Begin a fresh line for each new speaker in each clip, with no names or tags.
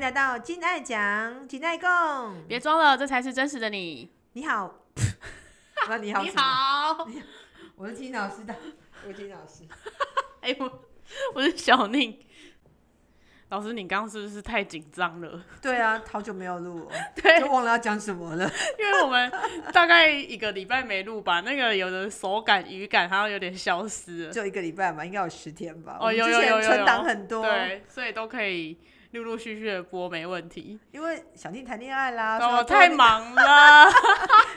来到金爱讲，金爱共。
别装了，这才是真实的你。
你 好，那你好，
你， 好，
我是金老师的，我是金老师。
哎、我我是小宁。老师，你刚刚是不是太紧张了？
对啊，好久没有录哦，
对，
就忘了要讲什么了。
因为我们大概一个礼拜没录吧，那个有的手感、语感好像有点消失了。
就一个礼拜吧，应该有十天吧。我
哦
们
有
之
有
前
有有
存档
有
很多，
对，所以都可以陆陆续续的播，没问题。
因为小静谈恋爱啦，所以
我
要多
哦太
留
忙 了，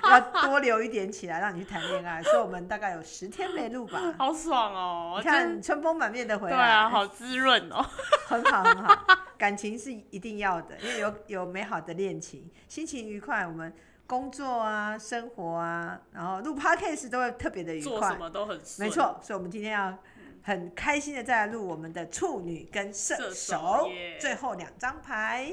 要多留一点起来，让你去谈恋爱。所以我们大概有十天没录吧。
好爽 哦！
你
我
看
真
春风满面的回
对
来，
啊，好滋润哦。
很好很好，感情是一定要的，因为有有美好的恋情，心情愉快，我们工作啊、生活啊，然后录 podcast 都会特别的愉
做什
快，
么都很顺，
没错。所以我们今天要很开心的再来录我们的处女跟射
射
手
手耶
最后两张牌。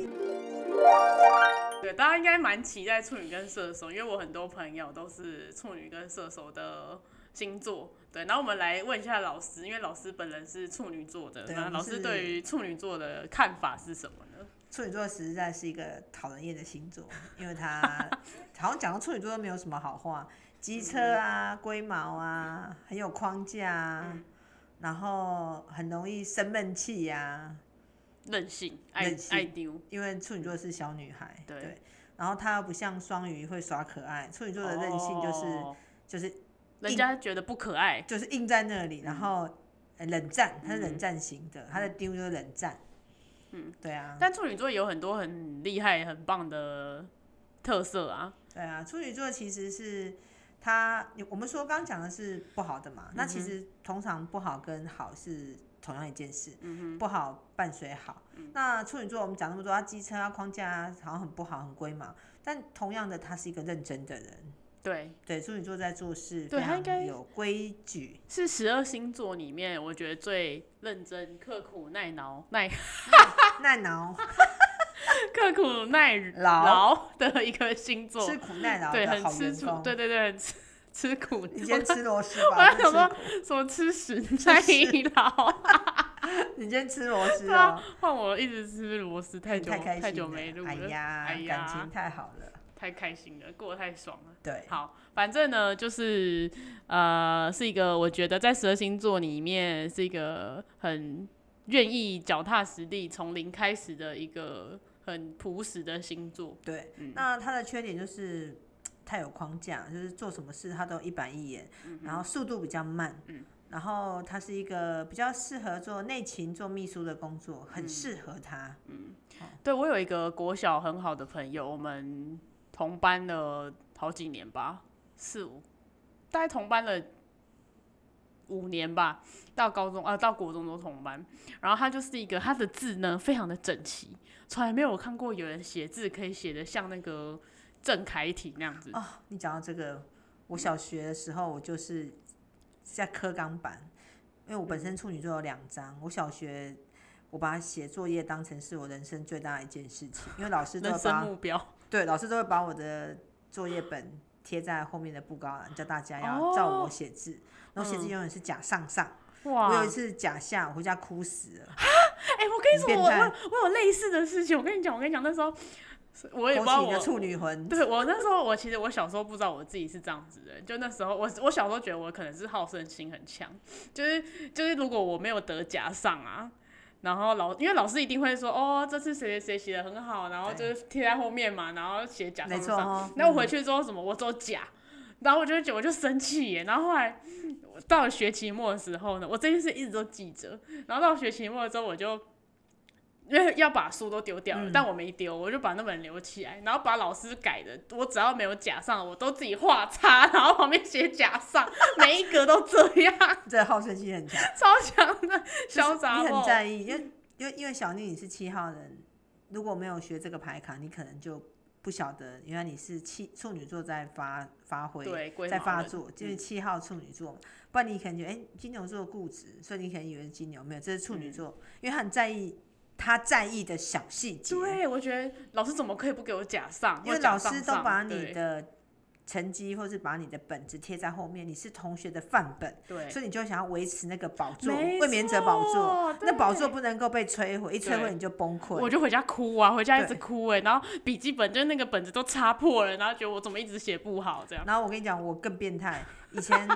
对，大家应该蛮期待处女跟射手，因为我很多朋友都是处女跟射手的星座。对，然后我们来问一下老师，因为老师本人是处女座的，
对我
那
们
老师
是
对于处女座的看法是什么呢？
处女座实在是一个讨人厌的星 座，因为他好像讲到处女座都没有什么好话，机车啊、龟毛啊，很有框架啊，
嗯
然后很容易生闷气呀、
任性，爱
任性
爱丢，
因为处女座是小女孩，
对
然后她又不像双鱼会耍可爱，处女座的任性就是、
哦
就是
人家觉得不可爱，
就是硬在那
嗯
里，然后呃冷战，她是冷战型的，她的丢就是冷战，嗯，对啊，
但处女座有很多很厉害、很棒的特色啊。
对啊，处女座其实是他，我们说刚刚讲的是不好的嘛，那
嗯
其实通常不好跟好是同样一件事，
嗯
不好伴随好。那处女座我们讲那么多，他机车啊、框架啊，好像很不好、很龟毛，但同样的，他是一个认真的人。
对，
对，处女座在做事
对
非
他应该
常有规 矩，
是十二星座里面，我觉得最认真、刻苦耐劳、耐
耐劳
刻苦耐
劳
劳的一个星座，
吃苦耐劳
对，
的
很
好
吃
员
苦，
工。
对对对，很吃吃苦。
你今天吃螺丝
我
吧？
还
不
想
吃
说
苦
什么吃屎耐
啊
劳？
你今天吃螺丝
对
哦
啊，，换我一直吃螺丝，太久
太开心了，
久没录了，
哎呀，
哎呀
感情太好了，
太开心了，过得太爽了。
对。
好，反正呢，就是呃，是一个我觉得在十二星座里面是一个很愿意脚踏实地、从零开始的一个很朴实的星座。
对，
嗯
那他的缺点就是太有框架，就是做什么事他都一板一眼，
嗯
然后速度比较慢，然后他是一个比较适合做内勤、做秘书的工作，很适
嗯
合他。
对我有一个国小很好的朋友，我们同班了好几年吧，四五，大概同班了五年吧，到高中啊到国中都同班。然后他就是一个他的字呢非常的整齐，从来没有看过有人写字可以写的像那个郑恺体那样子。
哦，你讲到这个，我小学的时候我就是在科钢板，因为我本身处女座有两张，我小学。我把写作业当成是我人生最大的一件事情，因为老师都
人
会
生
把
目标
对，老师都会把我的作业本贴在后面的布告栏，叫大家要
哦嗯
照我写字。然后写字永远是假上上，
哇！
我
哎、
有一次假下，我回家哭死了。
我跟你
变
说，我
态
我我有类似的事情。我跟你讲，我跟你讲，那时候我也
勾
不知道
起你
我
的处女魂，
对我那时候，我其实我小时候不知道我自己是这样子的人，就那时候我我小时候觉得我可能是好胜心很强，就是就是如果我没有得甲上啊，然后老因为老师一定会说哦这次谁谁谁写的很好，然后就是贴在后面嘛，然后写甲
没
上
错
上，
哦。
那我回去之后什么我走甲，然后我就觉得我就生气耶，然后后来我到了学期末的时候呢，我这件事一直都记着，然后到学期末之后我就。因为要把书都丢掉了，
嗯
但我没丢，我就把那本留起来，然后把老师改的，我只要没有假上，我都自己画叉，然后旁边写假上，每一格都这样，
这好胜心很强，
超强的
就是
潇洒哦
你很
梦。
在意，因为因为因为小宁你是七号人，如果没有学这个牌卡，你可能就不晓得原来你是七处女座在发发挥。
对，龟
在
毛
发
人嗯
作，就是七号处女座嘛，不然你可能觉得，哎、金牛座固执，所以你可能以为是金牛，没有，这是处
嗯
女座，因为他很在意他在意的小细节，
对，我觉得老师怎么可以不给我假上？
因为
我假
老
上
师都
上
把
对
你的成绩或是把你的本子贴在后面，你是同学的范本，
对，
所以你就想要维持那个宝座，
没
卫冕者宝座。
错，
那宝座
对
不能够被摧毁，一摧
对
毁你就崩溃。
我就回家哭啊，回家一直
对
哭哎、然后笔记本就那个本子都擦破了，然后觉得我怎么一直写不好这样。
然后我跟你讲，我更变态。以前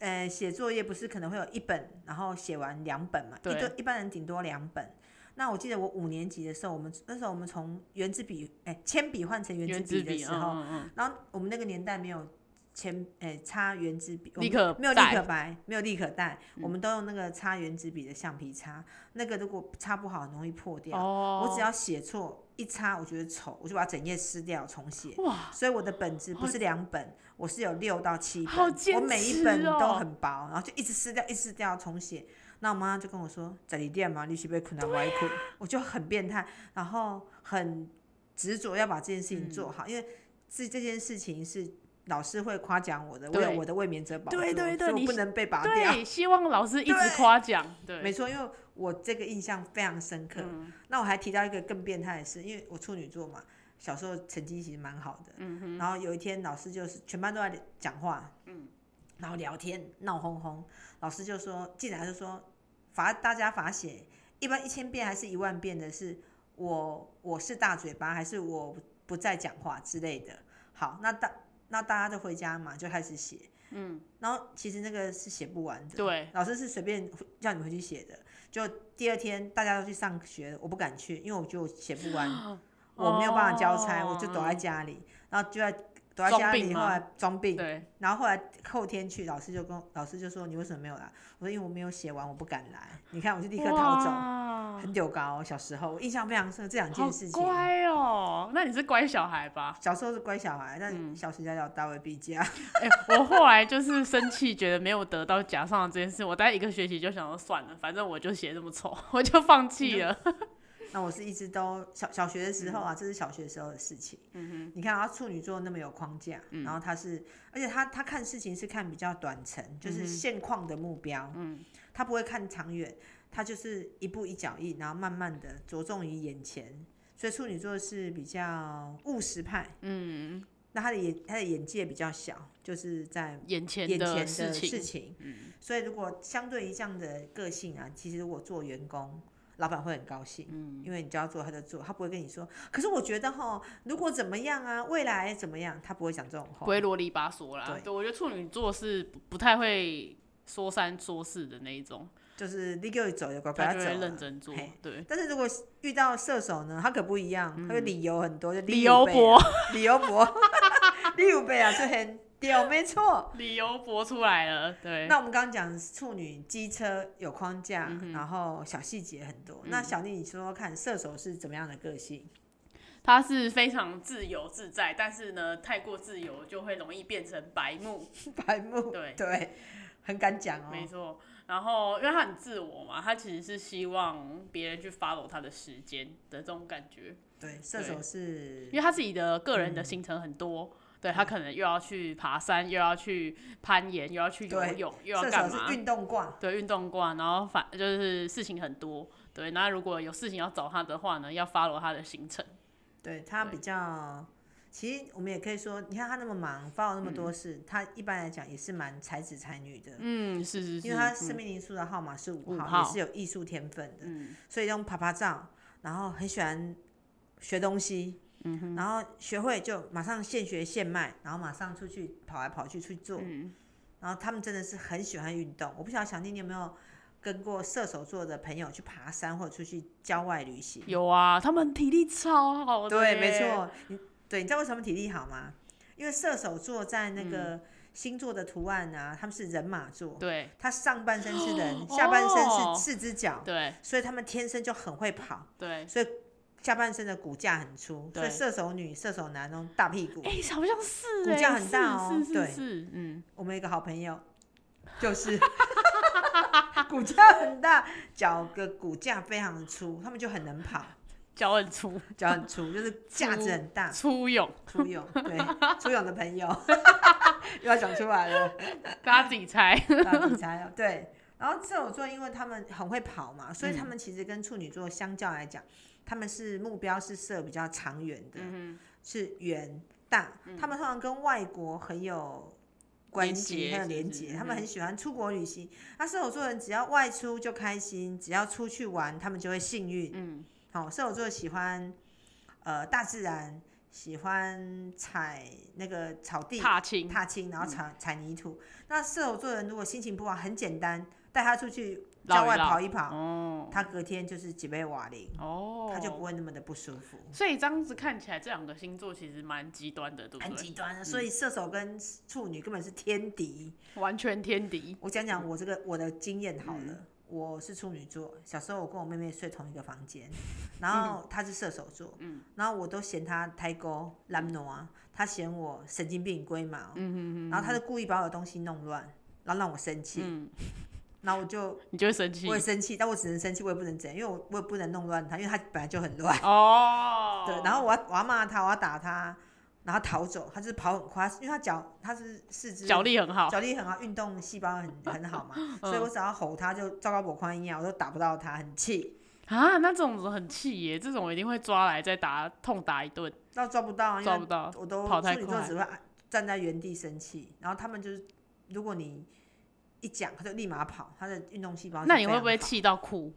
呃写作业不是可能会有一本，然后写完两本嘛，
对
一对一般人顶多两本。那我记得我五年级的时候，我们那时候我们从原子笔哎铅笔换成原
原
子
子
笔的
笔，
时
嗯
候，
嗯嗯，
然后我们那个年代没有铅哎擦原子笔，我
立
们
刻
没有立
带嗯
可白，没有立可带，我们都用那个擦原子笔的橡皮擦，那个如果擦不好很容易破掉。
哦，
我只要写错一擦，我觉得丑，我就把整页撕掉重写。
哇，
所以我的本子不是两本，我是有六到七本，
好
我
坚
每一
持
本
哦
都很薄，然后就一直撕掉，一直撕掉重写。那我妈就跟我说：“在你店嘛，你是被困难歪
啊
困。”我就很变态，然后很执着要把这件事情
嗯
做好，因为这这件事情是老师会夸奖我的，我有
对
我的卫冕者宝座，
对对对
所以我
你
不能被拔掉。
对，希望老师一直
对
夸奖，对，
没错，因为我这个印象非常深刻。那我还提到一个更变态的事，因为我处女座嘛，小时候成绩其实蛮好的。然后有一天老师就是全班都在讲话，然后聊天闹哄哄，老师就说进来就说罚大家罚写，一般一千遍还是一万遍的是我我是大嘴巴还是我不再讲话之类的。好，那大那大家就回家嘛，就开始写。嗯，然后其实那个是写不完的，
对，
老师是随便叫你回去写的。就第二天大家都去上学，我不敢去，因为我觉得我写不完， 我没有办法交差，我就躲在家里，然后就在躲在家
装
里，
病
后
吗
来装病，
对，
然后后来后天去，老师就跟老师就说你为什么没有来？我说因为我没有写完，我不敢来。你看，我就立刻逃走，
哇
很丢高、小时候我印象非常深，这两
好
件事情。
乖哦，那你是乖小孩吧？
小时候是乖小孩，
嗯
但小时家教大卫必加。
哎、我后来就是生气，觉得没有得到奖赏这件事，我大概一个学期就想说算了，反正我就写这么丑，我就放
嗯
弃了。
那我是一直都小小学的时候啊，这是小学时候的事情。嗯哼，嗯你看啊，处女座那么有框架，然后他是，而且他他看事情是看比较短程，就是现况的目标，嗯，他不会看长远，他就是一步一脚印，然后慢慢的着重于眼前。所以处女座是比较务实派，嗯，那他的眼他的眼界比较小，就是在
眼前
眼前
的
的
事情，
嗯，所以如果相对于这样的个性啊，其实我做员工，老板会很高兴，嗯，因为你叫他做他就做，他不会跟你说，可是我觉得哈，如果怎么样啊，未来怎么样，他不会讲这种
不
话，
会啰里吧嗦啦。
对
我觉得处女座是不不太会说三说四的那一种，
就是你给我走，就乖乖
他
地
就
哦走
会
了
认真做
嘿。
对，
但是如果遇到射手呢，他可不一样，他有理由很多，就
理
由啊
由博，
理由博， 理由博啊，这很屌，没错。
理由驳出来了。对，
啊
嗯
那我们刚刚讲处女机车有框架，然后小细节很多。那小丽，你说说看，射手是怎么样的个性？
他是非常自由自在，但是呢，太过自由就会容易变成白目。
白目，
对
很敢讲
没
哦。
错。然后，因为他很自我嘛，他其实是希望别人去 follow 他的时间的这种感觉，
对，射手是
因为他自己的个人
嗯
的行程很多，对他可能又要去爬山，又要去攀岩，又要去游
对
泳，又要
射
干
手
嘛
是？运动挂，
对，运动挂，然后反就是事情很多，对。那如果有事情要找他的话呢，要 follow 他的行程，
对他比较。其实我们也可以说，你看他那么忙，发了那么多事，他一般来讲也是蛮才子才女的，
嗯，是是是，
因为他生命灵数的号码是五
五
号，
号嗯
也是有艺术天分的，所以用啪啪照，然后很喜欢学东西，
嗯
然后学会就马上现学现卖，然后马上出去跑来跑去去做，
嗯
然后他们真的是很喜欢运动。我不晓得小弟你有没有跟过射手座的朋友去爬山或者出去郊外旅行？
有啊，他们体力超好的欸
对，
耶
没，错。你对，你知道为什么体力好吗？因为射手座在那
嗯
个星座的图案啊，他们是人马座，
对
他上半身是人，
哦
下半身是四只脚，
对
所以他们天生就很会跑，
对，
所以下半身的骨架很粗，所
对
以射手女、射手男那种大屁股。
哎、好像是、
骨
哎，
架很大哦
是是
对
是是，嗯，
我们有一个好朋友，就是 骨架很大，脚的骨架非常粗，他们就很能跑，
脚很粗，
脚很粗，就是架子很大。
粗勇，
初勇，对， 初勇的朋友又要讲出来了，
大家自己猜。
大 理财哦对。然后射手座，因为他们很会跑嘛，所以
嗯
他们其实跟处女座嗯
嗯
相较来讲，他们是目标是设比较长远的，是远大，他们通常跟外国很有关系，
连结
很有连
是不
结，
是嗯
他们很喜欢出国旅行。那射手座人只要外出就开心，只要出去玩，他们就会幸运。
嗯，
好、射手座喜欢呃大自然，喜欢踩那个草地。
踏青，
踏青，然后踩踩泥土。那射手座人如果心情不好，很简单，带他出去
绕
郊
一
外
绕
跑一跑，
哦
他隔天就是脊背瓦零，
哦，
他就不会那么的不舒服。
所以这样子看起来，这两个星座其实蛮极端的，对
很
不对？
极端的，所以射手跟处女根本是天敌。
完全天敌。
我讲讲我这
嗯
个我的经验好了，我是处女座，小时候我跟我妹妹睡同一个房 间，然后她是射手座，
嗯
然后我都嫌她太高懒惰啊，她嫌我神经病龟毛，
嗯
然后她就故意把我的东西弄乱，然后让我生气，
嗯，
然后我就
你就会生气
我也生气，但我只能生气，我也不能怎样，因为我我也不能弄乱它，因为它本来就很乱。
哦。
对，然后我要我要骂它，我要打它，然后逃走。它就是跑很快，因为它脚它是四肢
脚力很好，嗯
脚力很好，运动细胞很很好 嘛，所以我只要吼它就糟糕我宽一样，啊我都打不到它，很气。
啊，那这种很气耶，这种我一定会抓来再打痛打一顿，
那抓不到啊，因
抓不
为
到。
我都
跑
处
太
女座
快
只会啊站在原地生气，然后他们就是如果你一讲，它就立马跑，它的运动细胞。
那你会不会？气到哭？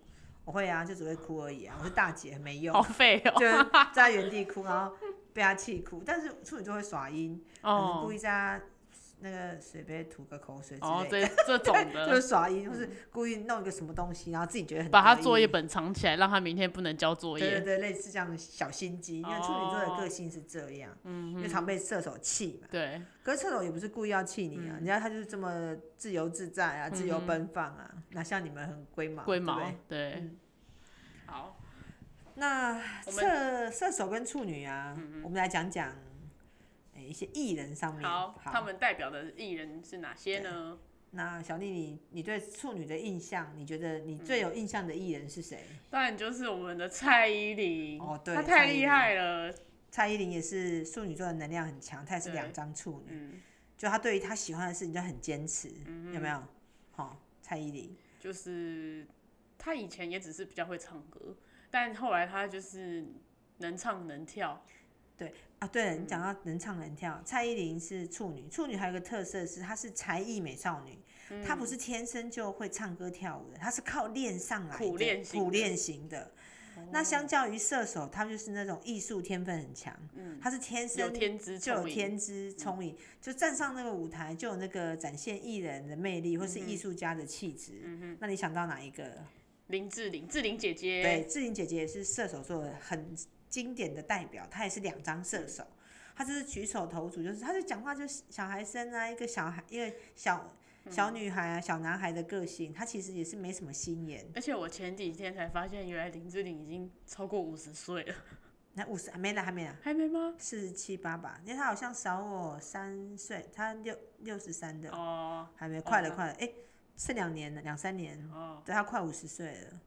我会啊，就只会哭而已啊，我是大姐，没用
好。废哦、
就在原地哭，然后被他气哭。但是处女座会耍阴，可能故
哦
意在他那个水杯吐个口水之
哦，
类的，
这这种
就
的，
是耍阴，或是故意弄一个什么东西，然后自己觉得很
把他
得意
作业本藏起来，让他明天不能交作
对对
业。
对，类似这样的小心机，因为处女座的个性是这样，因
哦
为常被射手气嘛。
嗯对，
可是射手也不是故意要气你
嗯
啊，人家他就是这么自由自在啊，自由奔放啊，哪像你们很龟毛，
龟
对不
毛
对。，嗯
对。好，
那
我们
射
嗯
射手跟处女啊，我们来讲讲、诶一些艺人上面。
好，他们代表的艺人是哪些呢？
那小丽，你你对处女的印象，你觉得你
嗯
最有印象的艺人是谁？
当然就是我们的蔡依林，
哦对
她
蔡
太
依林
厉害了，
蔡依林也是处女座的能量很强，她也是
对
两张处女，
嗯，
就她对于她喜欢的事情就很坚持，有没有？好、蔡依林，
就是她以前也只是比较会唱歌，但后来她就是能唱能跳，
对啊，对了，你讲到能唱能跳，蔡依林是处女，处女还有一个特色是她是才艺美少女，
嗯
她不是天生就会唱歌跳舞的，她是靠练上来的，
苦练型的哦
苦练型的。那相较于射手，他们就是那种艺术天分很强，他是天
嗯有
生
天资
就有
聪嗯颖，
天资聪颖，就站上那个舞台就有那个展现艺人的魅力或
嗯
是艺术家的气质。那你想到哪一个？
林志玲，志玲姐姐，
对，志玲姐姐也是射手座的很经典的代表，她也是两张射手，她就是举手投足，就是她就讲话就是小孩生啊，一个小孩，一个小小女孩啊，小男孩的个性，她其实也是没什么心眼。
而且我前几天才发现，原来林志玲已经超过五十岁了，
那五十啊没来还没来，
还没吗？
四十七八吧，因为她好像少我三岁，她六六十三的，
哦
还没
哦
快了
那
快了，哎、剩两年了，两三年。
哦，
对，他快五十岁了，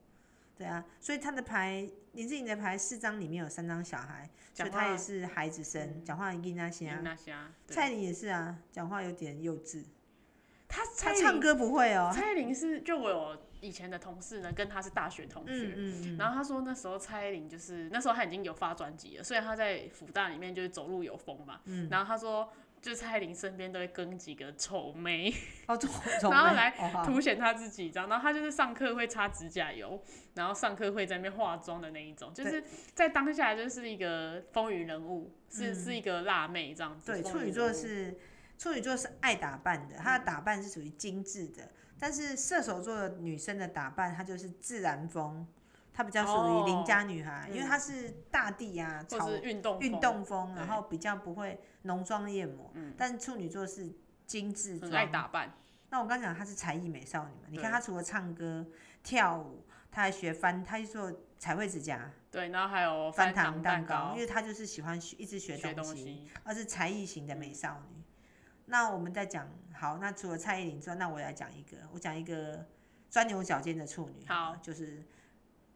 对啊，所以他的牌，林志颖的牌四张里面有三张小孩，所以
讲话
他也是孩子生，讲话很硬那些啊。
那虾，对
蔡依林也是啊，讲话有点幼稚，
她
他
蔡依
唱
林，
歌不会哦。
蔡依林是就我有以前的同事呢，跟她是大学同学
嗯，嗯
然后他说那时候蔡依林就是那时候她已经有发专辑了，虽然她在福大里面就是走路有风嘛，
嗯
然后他说就蔡依林身边都会跟几个丑妹，
嗯，哦，从从
然后
那
来
哦好
凸显她自己这样，然后她就是上课会擦指甲油，然后上课会在那边化妆的那一种，就是在当下就是一个风云人物，是、是一个辣妹这样子。
嗯对，
风
处
云
女
人
座
物
是处女座是爱打扮的，她的打扮是属于精致的，但是射手座的女生的打扮，她就是自然风，她比较属于邻家女孩，因为她是大地啊，
哦嗯或
草
是运动
运
风
动风，然
对嗯
后比较不会浓妆艳抹。但处女座是精致
很爱
妆。
打扮，
那我刚讲她是才艺美少女嘛，你看
对
她除了唱歌、跳舞，她还学翻，她去做彩绘指甲、
对，然后还有
翻
哦糖
糖蛋糕，
糕
因为她就是喜欢学一直学
学
东西，
西，
而是才艺型的美少女。那我们再讲好，那除了蔡依林之外，那我来讲一个，我讲一个钻牛角尖的处女，啊
好，
就是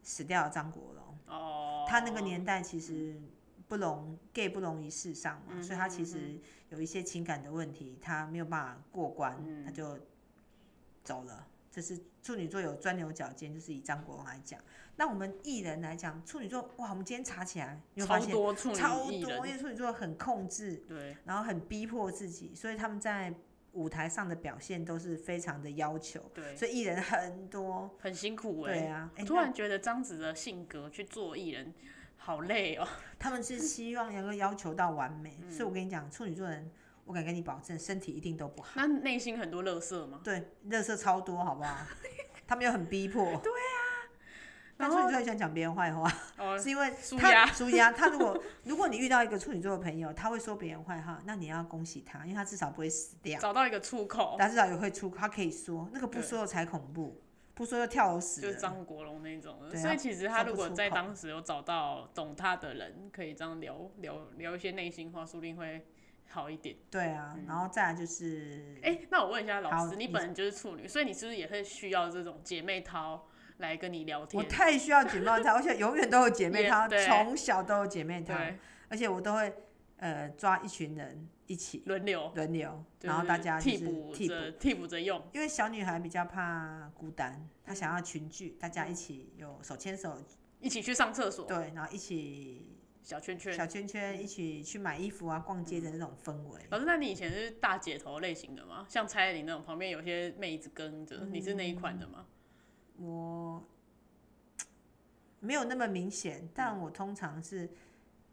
死掉的张国荣。
哦，
他那个年代其实不容 gay 不容易世上嘛，
嗯
所以他其实
嗯
有一些情感的问题，他没有办法过关，他就走了。就是处女座有钻牛角尖，就是以张国荣来讲，那我们艺人来讲，处女座哇，我们今天查起来，你会
超
发现
多处
超
女艺
多，
人，
因为处女座很控制，
对，
然后很逼迫自己，所以他们在舞台上的表现都是非常的要求，
对
所以艺人很多。
很辛苦哎、
对啊，哎
我突然觉得张子的性格去做艺人好累哦、
那他们是希望能够要求到完美，所以
嗯
我跟你讲，处女座人，我敢跟你保证，身体一定都 不好。
那内心很多乐 色嘛，
对，热色超多，好不好？他们又很逼 迫。对啊。但处女座很喜欢讲别人坏话，
哦，
是因为
舒
他
压
属于啊，他如 果如果你遇到一个处女座的朋友，他会说别人坏话，那你要恭喜他，因为他至少不会死掉。
找到一个出口，
他至少有会出，他可以说，那个不
哦对
说才恐怖，不说又跳楼死
就是
人。
张国荣那种的。
啊对啊
所以其实他
说不
如果
出
在
口
当时有找到懂他的人，可以这样聊聊聊一些内心话，说不定会好一点。嗯
对啊，然后再来就是，
哎、那我问一下老
嗯好
师，你
你
本人就是处女，所以你是不是也会需要这种姐妹淘来跟你聊
我
天？
太需要姐妹淘，而且永远都有姐妹
也
淘，
对
从小都有姐妹淘，
对，
而且我都会呃抓一群人一起
轮流，
轮流，
就
然后大家就是
替补
替补，
着替补着用，
因为小女孩比较怕孤单，她想要群聚，
嗯
大家一起有手牵手，
一起去上厕所，
对，然后一起
小圈圈。嗯
小圈圈一起去买衣服啊、逛街的那种氛围。
老师，那你以前是大姐头类型的吗？像蔡依林那种，旁边有些妹子跟着，你是那一款的吗？
我没有那么明显，但我通常是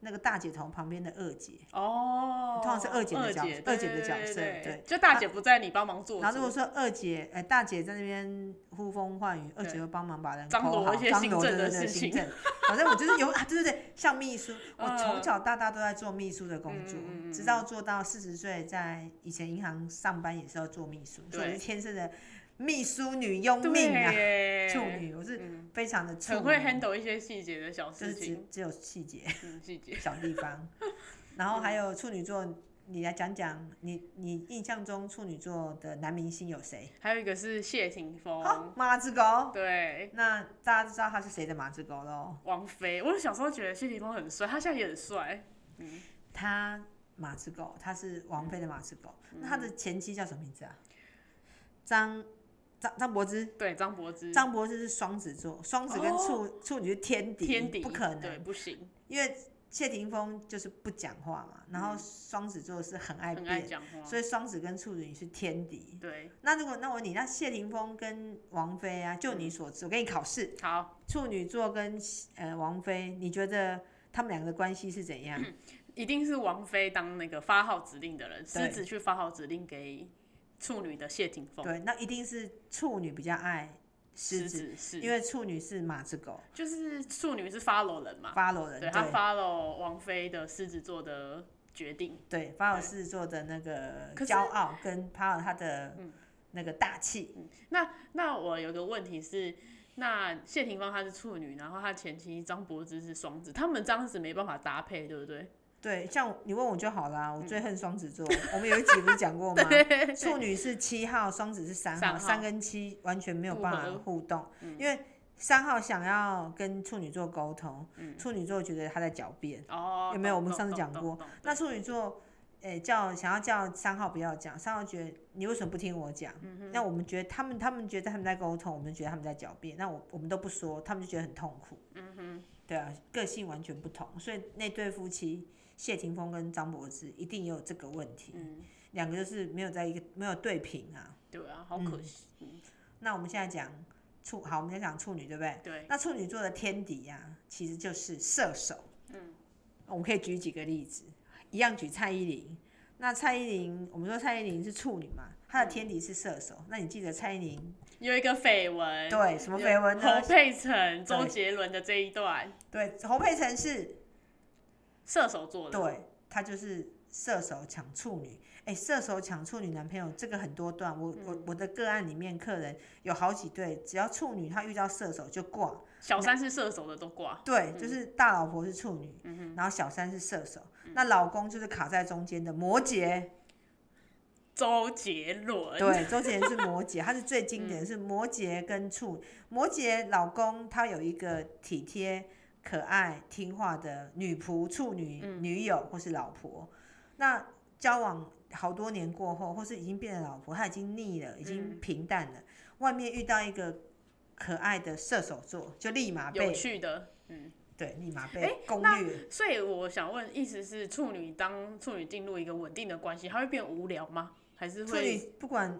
那个大姐头旁边的二姐。
哦，
通常是二姐的角
二姐
二姐的
对
角
对
色
对
对
就大姐不在，你帮忙做主。
然后如果说二姐，哎，大姐在那边呼风唤雨，二姐
对
会帮忙把人
张
抠
罗
好
一些
张
行
罗
政
对
的
对对
事
行
情
政。反正我就是有啊， 对对对，像秘书，我从
嗯
小到大都在做秘书的工作，
嗯嗯嗯
直到做到四十岁，在以前银行上班也是要做秘书，所以我
对
是天生的秘书女佣
对
命啊，
耶
处，女，我是
嗯
非常的处
很会
女，
handle 一些细节的小
就
事
是只
情，
只有细节。
嗯，细节。
小地方。然后还
嗯
有处女座，你来讲讲你你印象中处女座的男明星有谁？
还有一个是谢霆锋，
哦，马子狗。
对，
那大家知道他是谁的马子狗喽？
王菲。我小时候觉得谢霆锋很帅，他现在也很帅。
他马子狗，他是王菲的马子狗。
嗯
那他的前妻叫什么名字啊？张张张柏芝。
对，张柏芝，
张柏芝是双子座，双子跟
嗯哦
处、处女是天敌，
天敌
不可能
对，。不行，
因为谢霆锋就是不讲话嘛，然后双子座是很爱
很爱
变，
讲话。
所以双子跟处女是天敌。
对，
那如果那我问你，那谢霆锋跟王菲啊，就你所知，我给你考试，
好，
处女座跟呃王菲，你觉得他们两个的关系是怎样？
一定是王菲当那个发号指令的人，
对
狮子去发号指令给处女的谢霆锋，
对，那一定是处女比较爱狮子，
子是，
因为处女是马子狗
就是处女是 follow 人嘛，
，follow 人，
对，他 follow 王菲的狮子座的决定，
对，follow 狮子座的那个
可是嗯
骄傲跟 follow 他的那个大气，
那那我有个问题是，那谢霆锋他是处女，然后他前妻张柏芝是双子，他们这样子没办法搭配，对不对？
对，像你问我就好啦，
嗯
我最恨双子座，我们有一集不是讲过吗？处女是七号，双子是三
三
号，
号
三跟七完全没有办
不
法
合嗯
互动，因为三号想要跟处女座沟通，
嗯
处女座觉得他在狡辩。
哦，
有没有
懂
我们上次讲过，
懂懂懂
那处女座，诶、叫想要叫三号不要讲，三号觉得你为什么不听我讲？那我们觉得他们他们觉得他们在沟通，我们觉得他们在狡辩，那我我们都不说，他们就觉得很痛苦。嗯哼，对啊，个性完全不同，所以那对夫妻谢霆锋跟张柏芝一定也有这个问题，
嗯，
两个就是没有在一个没有对平啊。
对啊，好可惜，嗯，
那我们现在讲处，好，我们先讲处女，对不对？
对，
那处女座的天敌呀、其实就是射手。嗯，我们可以举几个例子，一样举蔡依林。那蔡依林，我们说蔡依林是处女嘛，她的天敌是射手。那你记得蔡依林
有一个绯闻，
对什么绯闻呢
侯？佩岑、周
对
杰伦的这一段，
对，侯佩岑是，
射手座的，
对，她就是射手抢处女。哎，射手抢处女男朋友，这个很多段，我我我的个案里面客人有好几对，只要处女她遇到射手就挂，
小三是射手的都挂，
对，就是大老婆是处女，
嗯
然后小三是射手，那老公就是卡在中间的摩羯。
周杰伦，
对，周杰伦是摩羯，他是最经
嗯
典的是摩羯跟处摩羯老公，他有一个体贴、可爱、听话的女仆、处女、
嗯
女友或是老婆。那
嗯
交往好多年过后，或是已经变成老婆，他已经腻了，已经平淡了。外面遇到一个可爱的射手座，就立马
有
被
趣的，嗯，
对立马
哎
被攻
那
略。
所以我想问，意思是处女当处女进入一个稳定的关系，它会变无聊吗？还是
处
会
女不管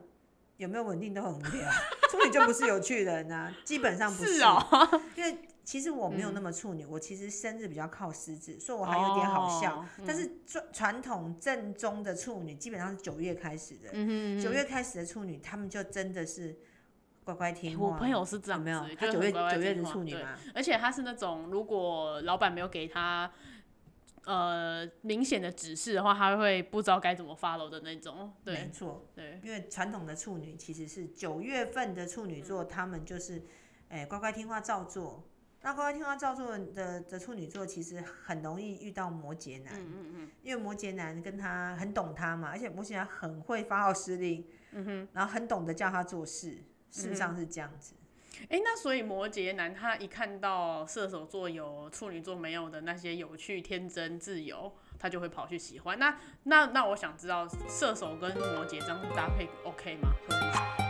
有没有稳定都很无聊，处女就不是有趣人啊，基本上不
是哦，嗯
因为其实我没有那么处女，我其实生日比较靠狮子，所以我还有点好笑。
哦
但是传传统正宗的处女基本上是九月开始的，
嗯
九、月开始的处女，他们就真的是乖乖听话。
我朋友是这样
有
子，
没有？啊他
就
九
很
月
乖乖
九月
听
的
话
处女
对
嘛，
而且他是那种，如果老板没有给他呃明显的指示的话，他会不知道该怎么 follow 的那种。
没
对
错。
对，
因为传统的处女其实是九月份的处女座，他们就是哎、乖乖听话照做。那乖乖听话照做的的处女座，其实很容易遇到摩羯男，因为摩羯男跟他很懂他嘛，而且摩羯男很会发号施令，然后很懂得叫他做事，事实上是这样子。
哎、那所以摩羯男他一看到射手座有处女座没有的那些有趣、天真、自由，他就会跑去喜欢。那那那我想知道，射手跟摩羯这样搭配 OK 吗？合理